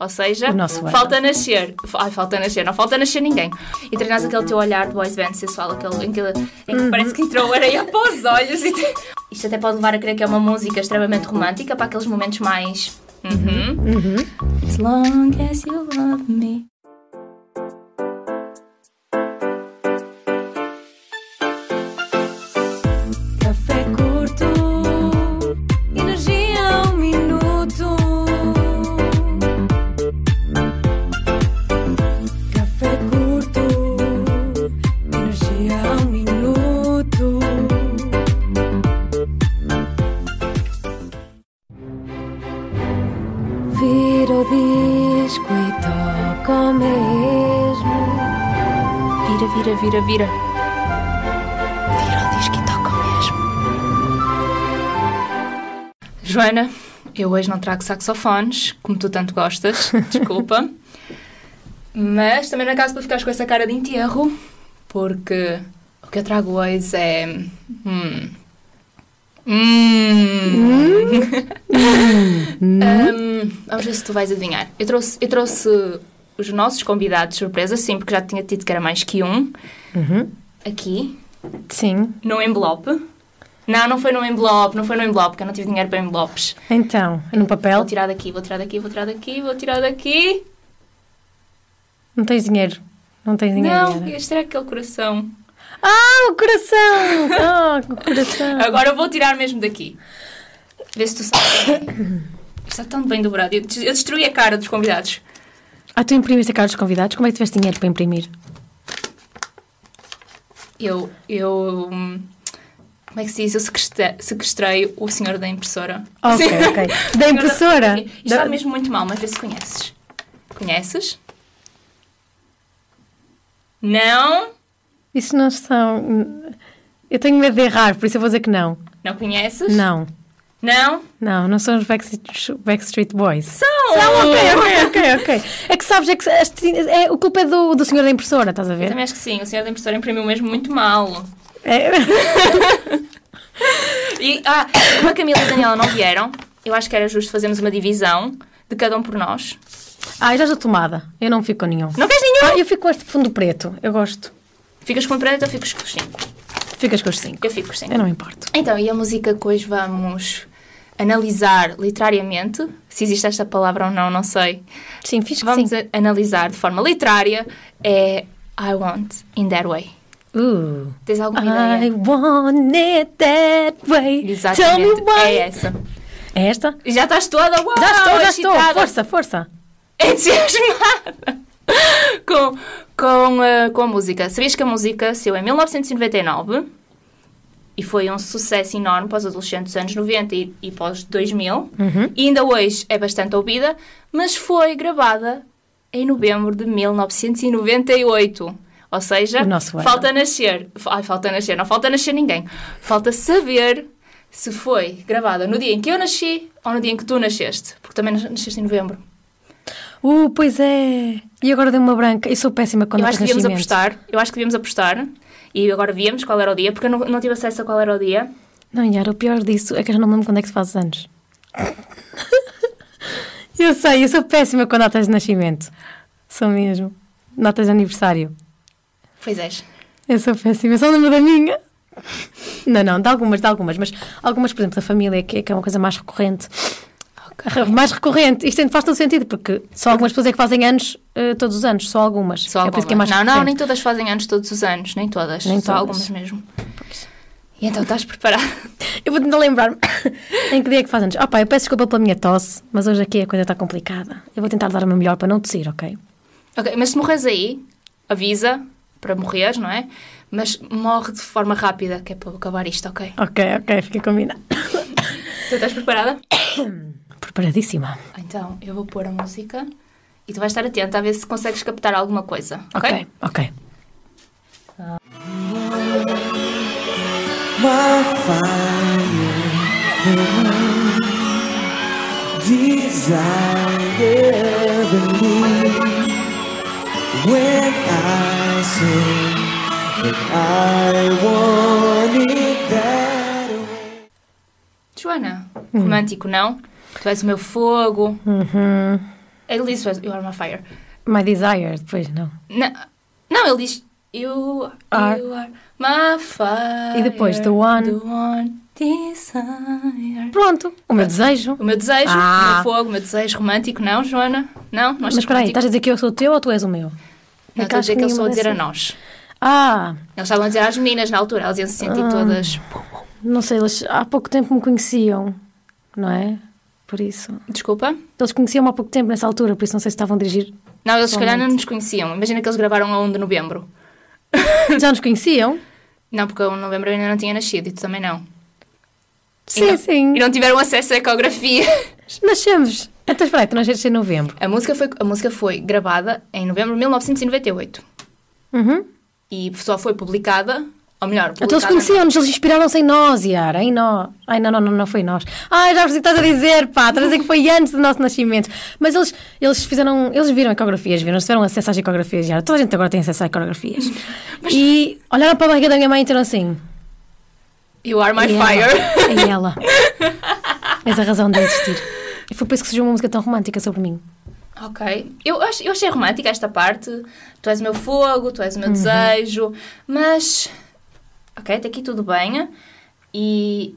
Ou seja, O nosso Adam. falta nascer. Ai, falta nascer, não falta nascer ninguém. E treinas aquele teu olhar de boys band sensual, aquele, em que, em Uhum. que parece que entrou areia para os olhos. E te- Isto até pode levar a crer que é uma música extremamente romântica para aqueles momentos mais. Uhum. As long as you love me. Café curto, energia um minuto. Café curto, energia um minuto. Viro o disco e toco mesmo. Vira, vira, vira, vira. Viro o disco e toco mesmo. Joana, eu hoje não trago saxofones, como tu tanto gostas, desculpa. Mas também não é caso para ficares com essa cara de enterro, porque o que eu trago hoje é. Hum. Hum. Hum, vamos ver se tu vais adivinhar. Eu trouxe, eu trouxe os nossos convidados de surpresa, sim, porque já tinha te dito que era mais que um. Aqui, Sim. no envelope. Não, não foi no envelope, não foi no envelope, porque eu não tive dinheiro para envelopes. Então, no papel, Vou tirar daqui, vou tirar daqui, vou tirar daqui, vou tirar daqui. não tens dinheiro. Não tens dinheiro. Não, Yara. este era aquele coração. Ah, o coração! Ah, o coração! Agora eu vou tirar mesmo daqui. Vê se tu sabes. Está tão bem dobrado. Eu des- eu destruí a cara dos convidados. Ah, tu imprimiste a cara dos convidados? Como é que tiveste dinheiro para imprimir? Eu. Eu. hum, Como é que se diz? Eu sequestre- sequestrei o senhor da impressora. Ok, Sim. ok. Da impressora? Isto está Da- mesmo muito mal, mas vê se conheces. Conheces? Não? Isso não são. Eu tenho medo de errar, por isso eu vou dizer que não. Não conheces? Não. Não? Não, não são os Backstreet, Backstreet Boys. Não! Não, ok, ok, ok, ok. É que sabes, é que as tri- é, o culpa é do, do senhor da impressora, estás a Eu ver? também acho que sim, o senhor da impressora imprimiu mesmo muito mal. É. E, ah, como a Camila e a Daniela não vieram, eu acho que era justo fazermos uma divisão de cada um por nós. Ah, eu já estou tomada. Eu não fico com nenhum. Não queres nenhum? Ah, eu fico com este fundo preto. Eu gosto. Ficas com o preto, eu fico com os cinco. Ficas com os cinco. Eu fico com os cinco. Eu não me importo. Então, e a música que hoje vamos analisar literariamente, se existe esta palavra ou não, não sei. Sim, fiz que Vamos sim. a- analisar de forma literária é I Want In That Way. Uh. Tens alguma I ideia? want it that way. Tell me Exatamente, why. é essa. Ah, É esta? E Já estás toda, uau, Já estou, já estou. excitada. Força, força. entusiasmada com, com, eh, com a música. Sabias que a música saiu em 1999 e foi um sucesso enorme para os adolescentes dos anos 90 e, e pós 2000 Uhum. e ainda hoje é bastante ouvida, mas foi gravada em novembro de 1998. Ou seja, O nosso ano. falta nascer. Ai, falta nascer, não falta nascer ninguém. Falta saber se foi gravada no dia em que eu nasci ou no dia em que tu nasceste. Porque também nas- nasceste em novembro. Uh, pois é. E agora dei uma branca. Eu sou péssima com Eu datas acho que de devíamos nascimento. apostar. Eu acho que devíamos apostar. E agora víamos qual era o dia, porque eu não, não tive acesso a qual era o dia. Não, Yara, o pior disso é que eu já não me lembro quando é que se faz os anos. eu sei, eu sou péssima com datas de nascimento. Sou mesmo. Datas de aniversário. Pois és. Eu sou péssima, eu só lembro da minha. Não, não, de algumas, de algumas, mas algumas, por exemplo, da família, que, que é uma coisa mais recorrente. Mais recorrente, isto faz todo sentido, porque só algumas pessoas é que fazem anos eh, todos os anos, só algumas. Só É por algumas. isso que é mais não, não, recorrente. nem todas fazem anos todos os anos. Nem todas. Nem Só todas. algumas mesmo. E então estás preparada? Eu vou tentar lembrar-me em que dia é que faz anos. Opa, eu peço desculpa pela minha tosse, mas hoje aqui a coisa está complicada. Eu vou tentar dar o meu melhor para não tossir, ok? ok, mas se morres aí, avisa para morrer, não é? Mas morre de forma rápida, que é para acabar isto, ok? Ok, ok, fica combinado. Tu estás preparada? Preparadíssima. Então, eu vou pôr a música e tu vais estar atenta a ver se consegues captar alguma coisa, ok? Ok, ok. my fire desire beneath when I say that I want it that way. Hum. Uhum. Joana, romântico não? Tu és o meu fogo. Ele diz You are my fire. My Desire, depois não. Não, não ele diz You are, Are. you are my fire. E depois, the one- The one desire. Pronto, o meu desejo. O meu desejo, o Ah. meu fogo, o meu desejo romântico, não, Joana? Não? Não Mas achas espera aí, romântico? estás a dizer que eu sou o teu ou tu és o meu? Não, É estou a acho dizer que eles estão a dizer nenhuma a dessas- nós. Ah, Eles estavam a dizer às meninas na altura, elas iam se sentir todas. não sei, eles há pouco tempo me conheciam, não é? Por isso. Desculpa? Eles conheciam-me há pouco tempo nessa altura, por isso não sei se estavam a dirigir. Não, eles se calhar não Somente. nos conheciam. Imagina que eles gravaram a 1 de novembro. Já nos conheciam? Não, porque a 1 de novembro eu ainda não tinha nascido e tu também não. Sim, não- sim. E não tiveram acesso à ecografia. Nascemos. Então espera aí, tu nasceste em novembro. A música foi, a música foi gravada em novembro de 1998 Uhum. e só foi publicada, ou melhor, publicada. Então eles conheciam-nos, eles inspiraram-se em nós, Yara, em nós. Ai, não, não, não, não foi em nós. Ai, já percebi o que estás a dizer, pá, estás a dizer que foi antes do nosso nascimento. Mas eles, eles fizeram, eles viram ecografias, viram, eles tiveram acesso às ecografias, Yara. Toda a gente agora tem acesso a ecografias. E olharam para a barriga da minha mãe e disseram assim... You Are My e Fire. Ela, e ela. És a razão de existir. E foi por isso que surgiu uma música tão romântica sobre mim. Ok. Eu, ach- eu achei romântica esta parte. Tu és o meu fogo, tu és o meu desejo. Mas. Ok, até aqui tudo bem. E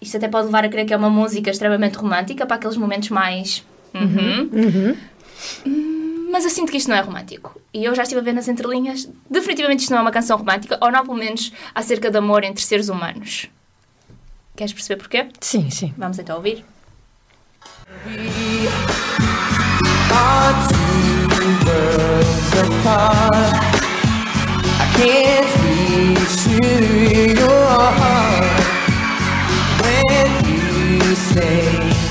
isto até pode levar a crer que é uma música extremamente romântica para aqueles momentos mais. Uhum. Hum, Mas eu sinto que isto não é romântico. E eu já estive a ver nas entrelinhas. Definitivamente isto não é uma canção romântica, ou não, pelo menos, acerca de amor entre seres humanos. Queres perceber porquê? Sim, sim. Vamos então ouvir. Our two worlds apart. I can't reach to your heart when you say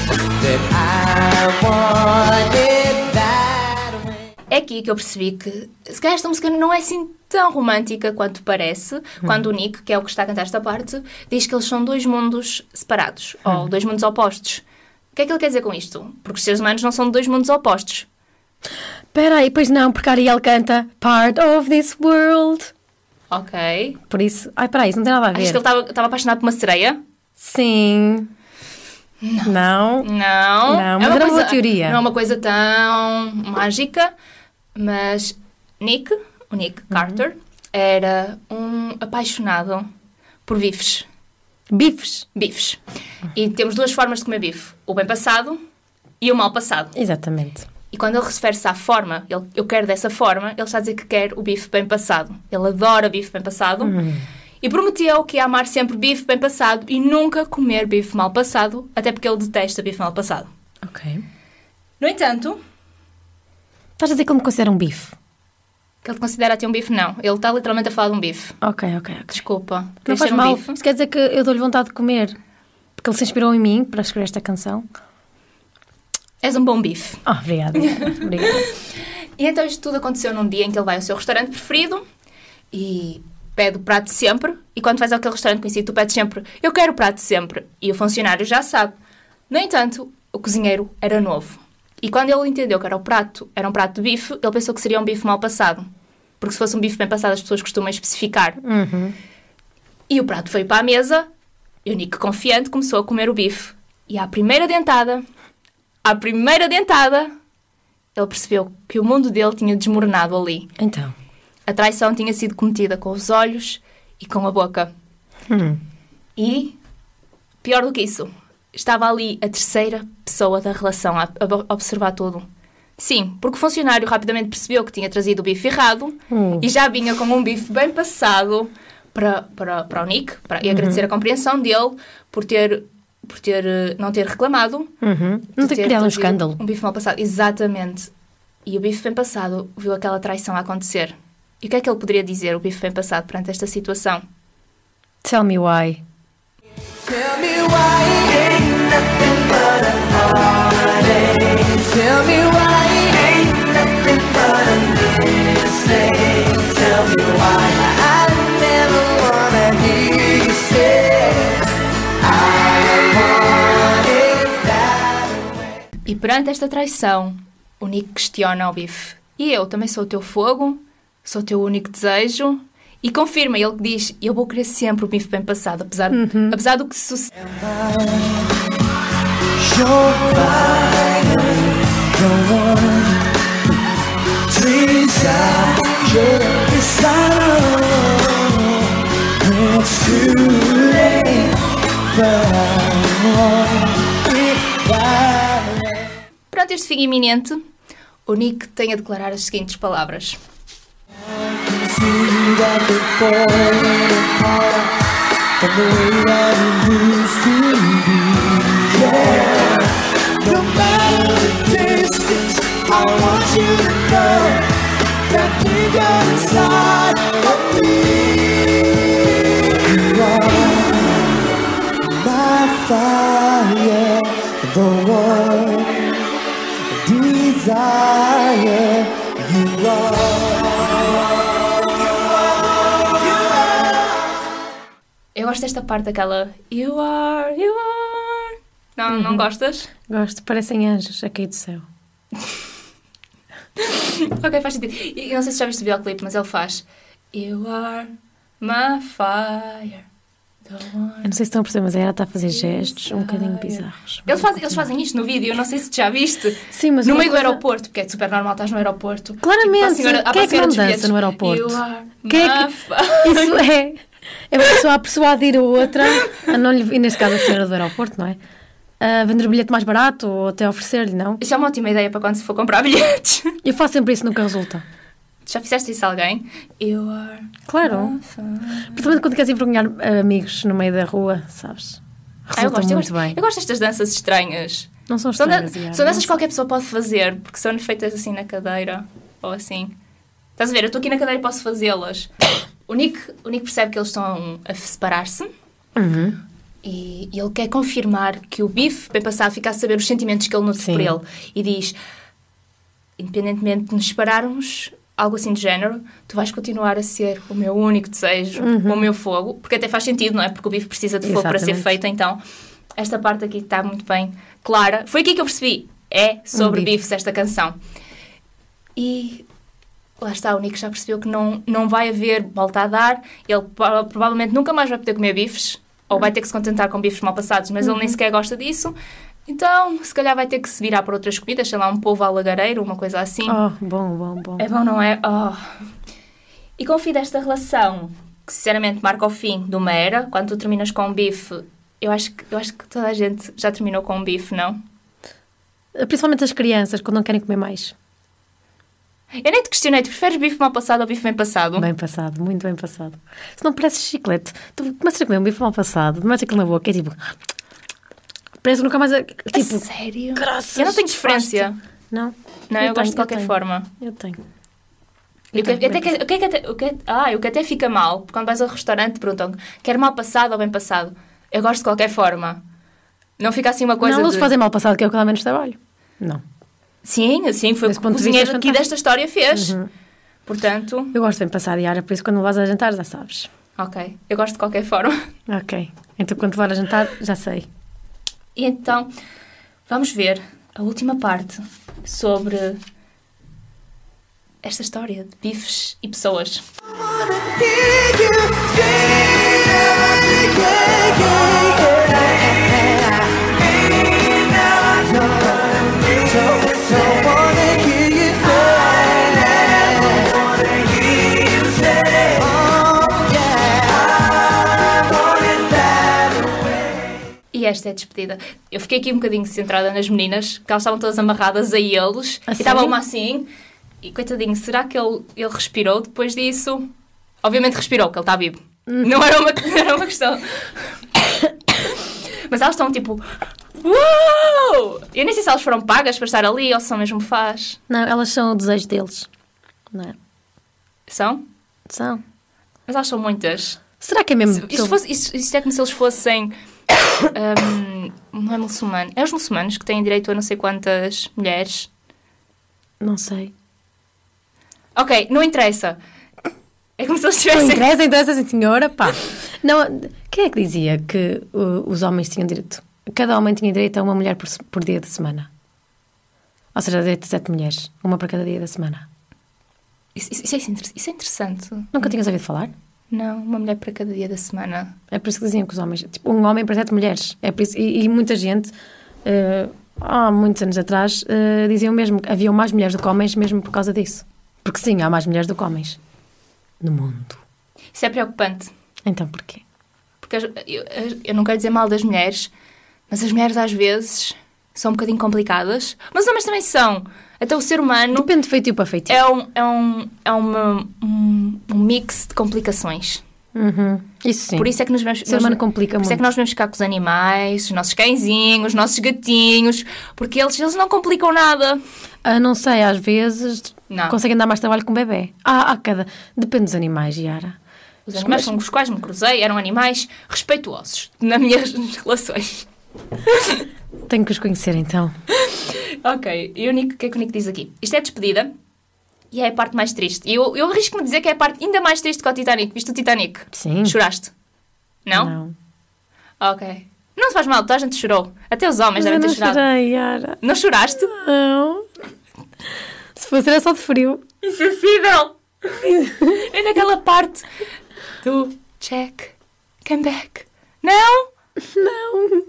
that I want it that way. É aqui que eu percebi que, se calhar, esta música não é assim tão romântica quanto parece, quando o Nick, que é o que está a cantar esta parte, diz que eles são dois mundos separados, ou dois mundos opostos. O que é que ele quer dizer com isto? Porque os seres humanos não são dois mundos opostos. Espera aí, pois não, porque a Ariel canta Part of this world. Ok. Por isso... Ai, espera aí, isso não tem nada a ver. Achas que ele estava- estava apaixonado por uma sereia? Sim. Não. Não. Não, mas era uma boa teoria. Não é uma coisa tão mágica, mas Nick, o Uhum. Nick Carter, era um apaixonado por bifes. Bifes. bifes. E temos duas formas de comer bife: o bem passado e o mal passado. Exatamente. E quando ele refere-se à forma, ele, eu quero dessa forma, ele está a dizer que quer o bife bem passado. Ele adora bife bem passado. Hum. E prometeu que ia amar sempre bife bem passado e nunca comer bife mal passado, até porque ele detesta bife mal passado. Ok. No entanto, Estás a dizer que ele me considera um bife? que ele considera ter um bife, não. Ele está literalmente a falar de um bife. Ok, ok, ok. Desculpa. Não Querias faz ter um mal. bife? Isso quer dizer que eu dou-lhe vontade de comer. Porque ele se inspirou em mim para escrever esta canção. És um bom bife. Ah, obrigada. obrigada. E então isto tudo aconteceu num dia em que ele vai ao seu restaurante preferido e pede o prato de sempre. E quando vais àquele restaurante conhecido, tu pedes sempre, eu quero o prato de sempre. E o funcionário já sabe. No entanto, o cozinheiro era novo. E quando ele entendeu que era o prato, era um prato de bife, ele pensou que seria um bife mal passado. Porque se fosse um bife bem passado, as pessoas costumam especificar. E o prato veio para a mesa e o Nick, confiante, começou a comer o bife. E à primeira dentada, à primeira dentada, ele percebeu que o mundo dele tinha desmoronado ali. Então. A traição tinha sido cometida com os olhos e com a boca. Hum. E, pior do que isso, estava ali a terceira pessoa da relação a, a bo- observar tudo. Sim, porque o funcionário rapidamente percebeu que tinha trazido o bife errado Hum. e já vinha com um bife bem passado para, para, para o Nick para, e Uhum. agradecer a compreensão dele por ter, por ter eh, não ter reclamado. Uhum. Não de tem que ter criar um trazido escândalo. Um bife mal passado, exatamente. E o bife bem passado viu aquela traição acontecer. E o que é que ele poderia dizer, o bife bem passado, perante esta situação? Tell me why. Tell me why it ain't nothing but a heartache. Tell me why it ain't nothing but a mistake. Tell me why I never wanna hear you say I want it that E perante esta traição, o Nick questiona ao bife. E eu também sou o teu fogo, sou o teu único desejo. E confirma, ele que diz, eu vou querer sempre o bife bem passado, apesar, Uhum. apesar do que sucedeu. Your fire don't want desire is all. It's too late, but I won't be violent. Pronto, este fim iminente, o Nick tem a declarar as seguintes palavras. seen that before apart the way that it used to be. Yeah, no matter the distance, I want you to know that you got inside of me. You are my fire, the one desire. You are. Eu gosto desta parte daquela You are, you are. Não, Uhum. não gostas? Gosto, parecem anjos a cair do céu. ok, faz sentido. E Eu não sei se já viste o videoclipe, mas ele faz You are my fire. the one." Eu não sei se estão a perceber, mas a Hera está a fazer gestos um bocadinho bizarros. Eles fazem, eles fazem isto no vídeo, eu não sei se já viste. Sim, mas no uma meio do coisa- aeroporto, porque é super normal, estás no aeroporto. Claramente, E para a senhora- há para quem a é que senhora não dos dança bilhetes, no aeroporto? You are Quem é my que- fire." Isso é. É uma pessoa a persuadir a outra, a não lhe, e neste caso a senhora do aeroporto, não é? A vender o bilhete mais barato ou até oferecer-lhe, não? Isso é uma ótima ideia para quando se for comprar bilhetes. Eu faço sempre isso, nunca resulta. Já fizeste isso a alguém? You are Ah, Claro. my fire. Principalmente quando queres envergonhar ah, amigos no meio da rua, sabes? Resulta Ah, eu gosto, eu muito gosto, bem. eu gosto destas danças estranhas. Não são São, dan estranhas. Yara, são não danças que qualquer pessoa pode fazer, porque são feitas assim na cadeira, ou assim. Estás a ver? Eu estou aqui na cadeira e posso fazê-las. O Nick, o Nick percebe que eles estão a separar-se Uhum. e, e ele quer confirmar que o Biff, bem passado, fica a saber os sentimentos que ele nutre Sim. por ele. E diz, independentemente de nos separarmos, algo assim do género, tu vais continuar a ser o meu único desejo, o meu fogo, porque até faz sentido, não é? Porque o bife precisa de fogo para ser Uhum. Exatamente. feito, então esta parte aqui está muito bem clara. Foi aqui que eu percebi, é sobre Um bife. bifes esta canção. E lá está, o Nick já percebeu que não, não vai haver volta a dar, ele pro- provavelmente nunca mais vai poder comer bifes, ou vai ter que se contentar com bifes mal passados, mas ele Uhum. nem sequer gosta disso. Então, se calhar vai ter que se virar para outras comidas, sei lá, um polvo à lagareiro, uma coisa assim. Oh, bom, bom, bom. É bom, não é? Oh. E com o fim desta relação, que sinceramente marca o fim de uma era, quando tu terminas com um bife, eu acho que, eu acho que toda a gente já terminou com um bife, não? Principalmente as crianças, quando não querem comer mais. Eu nem te questionei, tu preferes bife mal passado ou bife bem passado? Bem passado, muito bem passado. Se não parece chiclete, tu começas a comer um bife mal passado, metes aquilo na boca, é tipo. Parece que nunca mais. é- A Tipo, sério? graças, Eu não tenho diferença. não? Não, é? eu, gosto tenho, de qualquer tenho. forma. Eu tenho. E o que, tenho até que- o que é que até, o que, ah, e o que até fica mal, porque quando vais ao restaurante perguntam quer mal passado ou bem passado? Eu gosto de qualquer forma. Não fica assim uma coisa não, eles de... fazem mal passado, que é o que dá menos trabalho. Não. Sim, sim, foi o que Desse o ponto de vista é cozinheiro aqui fantástico. Uhum. desta história fez. Portanto... Eu gosto de bem passado, Yara, por isso quando vais a jantar já sabes. Ok, eu gosto de qualquer forma. Ok. Então quando for a jantar, já sei. E então, vamos ver a última parte sobre esta história de bifes e pessoas. E esta é a despedida. Eu fiquei aqui um bocadinho centrada nas meninas, porque elas estavam todas amarradas a eles. A e estava sério? uma assim. E coitadinho, será que ele, ele respirou depois disso? Obviamente respirou, que ele está vivo. Uhum. Não era uma, não era uma questão. Mas elas estão tipo. Uou! Eu nem sei se elas foram pagas para estar ali ou se são mesmo faz. Não, elas são o desejo deles. Não é? São? São. Mas elas são muitas. Será que é mesmo? Isto, fosse, isto, isto é como se eles fossem. hum, não é muçulmano. É os muçulmanos que têm direito a não sei quantas mulheres. Não sei. Ok, não interessa. É como se eles Não tivessem. interessa, interessa sim senhora, pá. Não, quem é que dizia que uh, os homens tinham direito? Cada homem tinha direito a uma mulher por, se- por dia da semana. Ou seja, direito a sete mulheres, uma para cada dia da semana. Isso, isso- isso é inter- isso é interessante. Nunca tinhas ouvido falar? Não, uma mulher para cada dia da semana. É por isso que diziam que os homens, tipo, um homem para sete mulheres. É por isso, e, e muita gente eh, há muitos anos atrás, eh, diziam mesmo que haviam mais mulheres do que homens mesmo por causa disso. Porque sim, há mais mulheres do que homens no mundo. Isso é preocupante. Então porquê? Porque as- eu, eu não quero dizer mal das mulheres, mas as mulheres às vezes são um bocadinho complicadas. Mas os homens também são. Até o ser humano Depende de feitio para feitio. é um, é um, é uma- um, um mix de complicações. Uhum. Isso sim. Por isso é que nos vemos. O ser humano complica por isso é que muito. nós vamos ficar com os animais, os nossos cãezinhos, os nossos gatinhos, porque eles, eles não complicam nada. Ah, não sei, às vezes Não. conseguem dar mais trabalho com um bebê. Ah, há cada. Depende dos animais, Yara. Os animais com os quais me cruzei eram animais respeituosos nas minhas relações. Tenho que os conhecer então. Ok, e o Nico, o que é que o Nico diz aqui? Isto é despedida e é a parte mais triste. E eu, eu arrisco-me a dizer que é a parte ainda mais triste que o Titanic. Viste o Titanic? Sim. Choraste? Não? Ok. Não se faz mal, toda a gente chorou. Até os homens Mas devem eu ter não chorado. chorei, Yara. Não choraste? Não. Se fosse era só de frio. Insensível! é naquela parte do check, come back. Não? Não.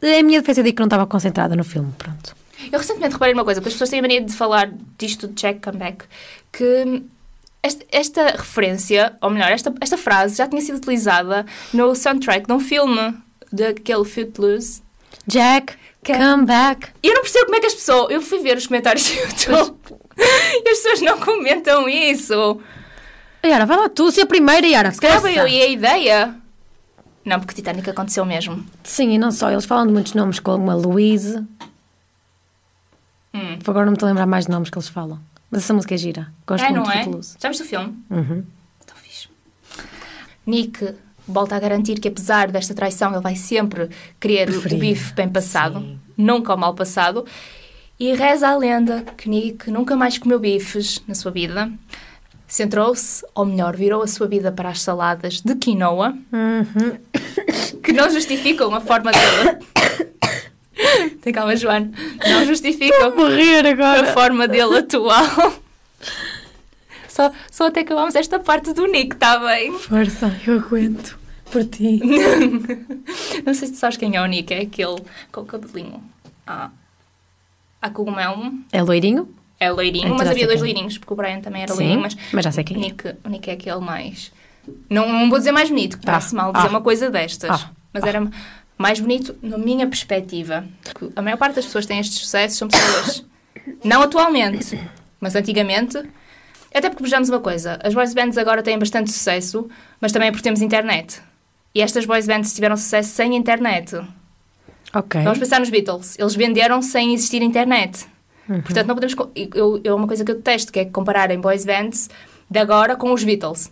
É A minha defesa de que não estava concentrada no filme, pronto. Eu recentemente reparei numa coisa, que as pessoas têm a mania de falar disto de check, come back, que esta, esta referência, ou melhor, esta, esta frase já tinha sido utilizada no soundtrack de um filme, daquele Footloose. Jack, Que- come back. E eu não percebo como é que as pessoas... Eu fui ver os comentários do YouTube e as pessoas não comentam isso. Yara, vai lá tu, se é a primeira, Yara. Se calhar força. eu e a ideia. Não, porque Titanic aconteceu mesmo. Sim, e não só. Eles falam de muitos nomes, como a Louise. Hum. Agora não me estou a lembrar mais de nomes que eles falam. Mas essa música é gira. Gosto É, muito não de é? Footloose. Já viste o filme? Uhum. Então fixe. Nick volta a garantir que, apesar desta traição, ele vai sempre querer Preferir. o bife bem passado, Sim. nunca o mal passado. E reza a lenda que Nick nunca mais comeu bifes na sua vida. Centrou-se, ou melhor, virou a sua vida para as saladas de quinoa, Uhum. que não justificam a forma dele. Tem calma, Joana. Não justificam Morrer a agora. forma dele atual. Só, só até acabámos esta parte do Nick, está bem? Força, eu aguento. Por ti. Não sei se tu sabes quem é o Nick, é aquele com o cabelinho. Ah, a cogumelo É loirinho? é loirinho, Então mas já havia sei dois quem. loirinhos, porque o Brian também era É Sim, loirinho, mas, mas já sei quem o é. Nick, o Nick é aquele mais. Não, não vou dizer mais bonito, que parece mal dizer ah, uma coisa destas, ah, mas era mais bonito na minha perspectiva. Porque A maior parte das pessoas que têm estes sucessos são pessoas. não atualmente, mas antigamente. Até porque vejamos uma coisa: as voice bands agora têm bastante sucesso, mas também é porque temos internet. E estas voice bands tiveram sucesso sem internet. Ok. Vamos pensar nos Beatles. Eles venderam sem existir internet. Portanto, não podemos. co- Eu, eu, uma coisa que eu detesto, que é compararem boys bands de agora com os Beatles.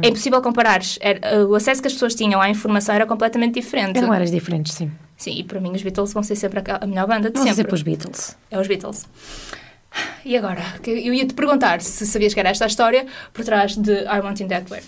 É impossível comparares. Era- o acesso que as pessoas tinham à informação era completamente diferente. Eram eras diferentes, sim. Sim, e para mim os Beatles vão ser sempre a, a melhor banda de Vamos dizer sempre. para os Beatles. É os Beatles. E agora? Que Eu ia te perguntar se sabias que era esta a história por trás de I Want In That Way.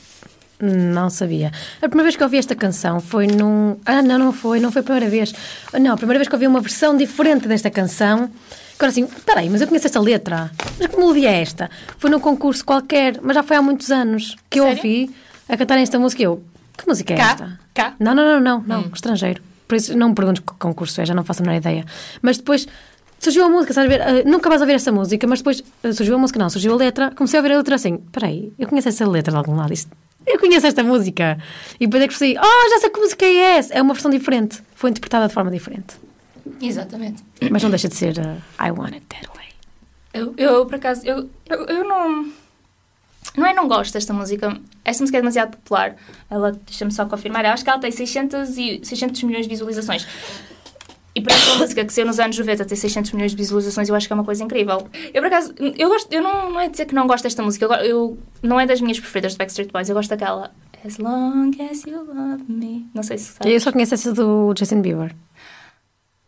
Não sabia. A primeira vez que ouvi esta canção foi num. Ah, não, não foi, não foi a primeira vez. Não, a primeira vez que ouvi uma versão diferente desta canção. Agora assim, peraí, mas eu conheço esta letra. Mas que melodia é esta? Foi num concurso qualquer, mas já foi há muitos anos que eu Sério? ouvi a cantarem esta música. e Eu, que música é Cá? esta? Cá? Hum. Não, não, não, não, não, estrangeiro. Por isso não me perguntes que concurso é, já não faço a menor ideia. Mas depois surgiu a música, sabes ver? ah, nunca vais ouvir essa música, mas depois ah, surgiu a música, não, surgiu a letra, comecei a ouvir a letra assim, peraí, eu conheço essa letra de algum lado, isto, eu conheço esta música. E depois é que percebi, oh, já sei que música é essa, é uma versão diferente, foi interpretada de forma diferente. Exatamente. Mas não deixa de ser ah, I Want It That Way. Eu, eu, por acaso, eu, eu, eu não. Não é, não gosto desta música. Esta música é demasiado popular. Ela, deixa-me só confirmar, eu acho que ela tem 600, e, 600 milhões de visualizações. E para esta música que saiu nos anos 90 ter 600 milhões de visualizações, eu acho que é uma coisa incrível. Eu, por acaso, eu gosto. Eu não, não é dizer que não gosto desta música. Eu, go- eu- não é das minhas preferidas de Backstreet Boys. Eu gosto daquela. As long as you love me. Não sei se sabes. Eu só conheço essa do Justin Bieber.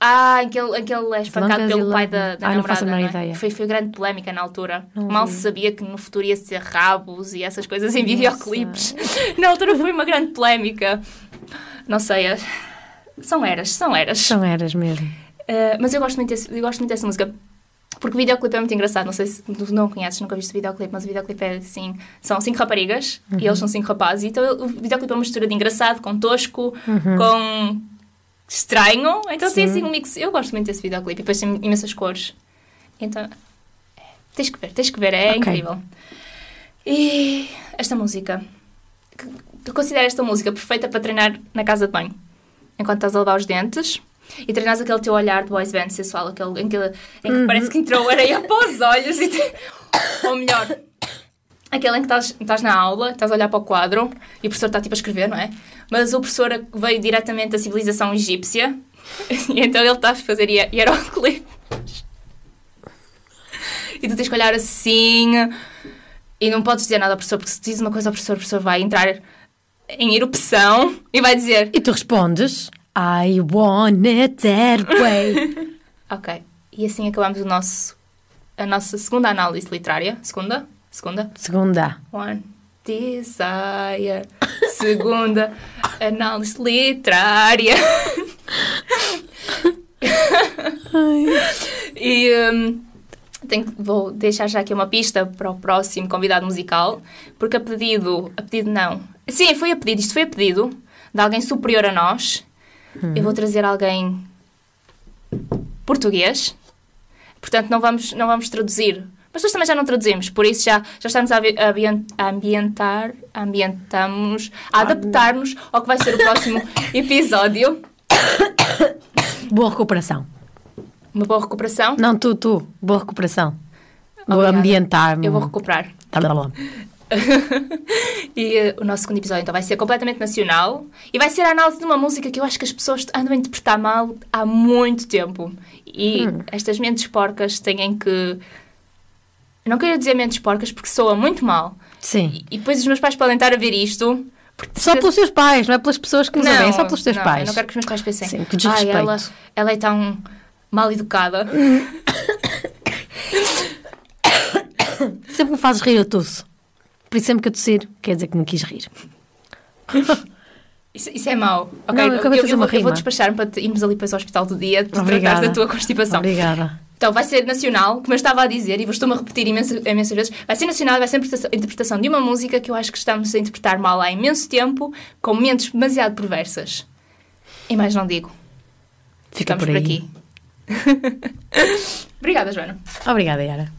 Ah, em que ele, em que ele é espancado Longas e pelo pai longas. da, da Ah, namorada. não faço a menor é? ideia. Foi, foi grande polémica na altura. Não Mal vi. se sabia que no futuro ia ser rabos e essas coisas em videoclipes. Na altura foi uma grande polémica. Não sei. é- São eras, são eras. São eras mesmo. Eh, mas eu gosto, muito desse- eu gosto muito dessa música. Porque o videoclipe é muito engraçado, não sei se tu não conheces, nunca viste o videoclipe, mas o videoclipe é assim, são cinco raparigas Uhum. e eles são cinco rapazes, então o videoclipe é uma mistura de engraçado com tosco, Uhum. com estranho, então tem assim um mix, eu gosto muito desse videoclipe, e depois tem imensas cores, então é, tens que ver, tens que ver, é Ok. incrível. E esta música, que- tu considera esta música perfeita para treinar na casa de banho, enquanto estás a lavar os dentes e treinas aquele teu olhar de boys band sensual, aquele, aquele em que parece que entrou areia para os olhos, e te- ou melhor, aquele em que estás, estás na aula, estás a olhar para o quadro e o professor está tipo a escrever, não é? Mas o professor veio diretamente da civilização egípcia e então ele está a fazer hie- hieróglifos. E tu tens que olhar assim e não podes dizer nada ao professor, porque se dizes uma coisa ao professor, o professor vai entrar em erupção e vai dizer: E tu respondes: I want it that way. Ok. E assim acabamos o nosso, a nossa segunda análise literária. Segunda? Segunda? Segunda. One. Desire. Segunda análise literária. e hum, tenho que- vou deixar já aqui uma pista para o próximo convidado musical, porque a pedido. A pedido não. Sim, foi a pedido. Isto foi a pedido de alguém superior a nós. Eu vou trazer alguém português. Portanto, não vamos, não vamos traduzir. Mas nós também já não traduzimos, por isso já, já estamos a, avi- a ambien- a ambientar, ambientamos, a adaptar-nos ao que vai ser o próximo episódio. Boa recuperação. Uma boa recuperação. Não, tu, tu. Boa recuperação. Vou Obrigada. ambientar-me. Eu vou recuperar. Tá, tá, tá. e eh, o nosso segundo episódio então vai ser completamente nacional e vai ser a análise de uma música que eu acho que as pessoas andam a interpretar mal há muito tempo. E estas mentes porcas têm que. Não quero dizer mentes porcas porque soa muito mal. Sim. E, e depois os meus pais podem estar a ver isto. Porque Só pelos teus pais, não é pelas pessoas que nos ouvem, é só pelos teus não, pais. Eu não quero que os meus pais pensem. Sim, "Ai, que desrespeito." ela, ela é tão mal educada. Sempre que me fazes rir, eu tosso. Por isso, sempre que eu tossir, quer dizer que me quis rir. Isso, isso é mau. ok? Não, eu acabei de fazer vou, uma eu vou rima. despachar-me para te- irmos ali para o hospital do dia de Obrigada. tratares da tua constipação. Obrigada. Então, vai ser nacional, como eu estava a dizer, e vou- estou-me a repetir imenso- imensas, vezes, vai ser nacional e vai ser a interpretação- a interpretação de uma música que eu acho que estamos a interpretar mal há imenso tempo, com mentes demasiado perversas. E mais não digo. Fica Ficamos por por aí. aqui. Obrigada, Joana. Obrigada, Yara.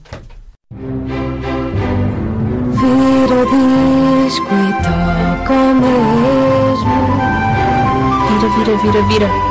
Vira o disco e toca mesmo. Vira, vira, vira, vira.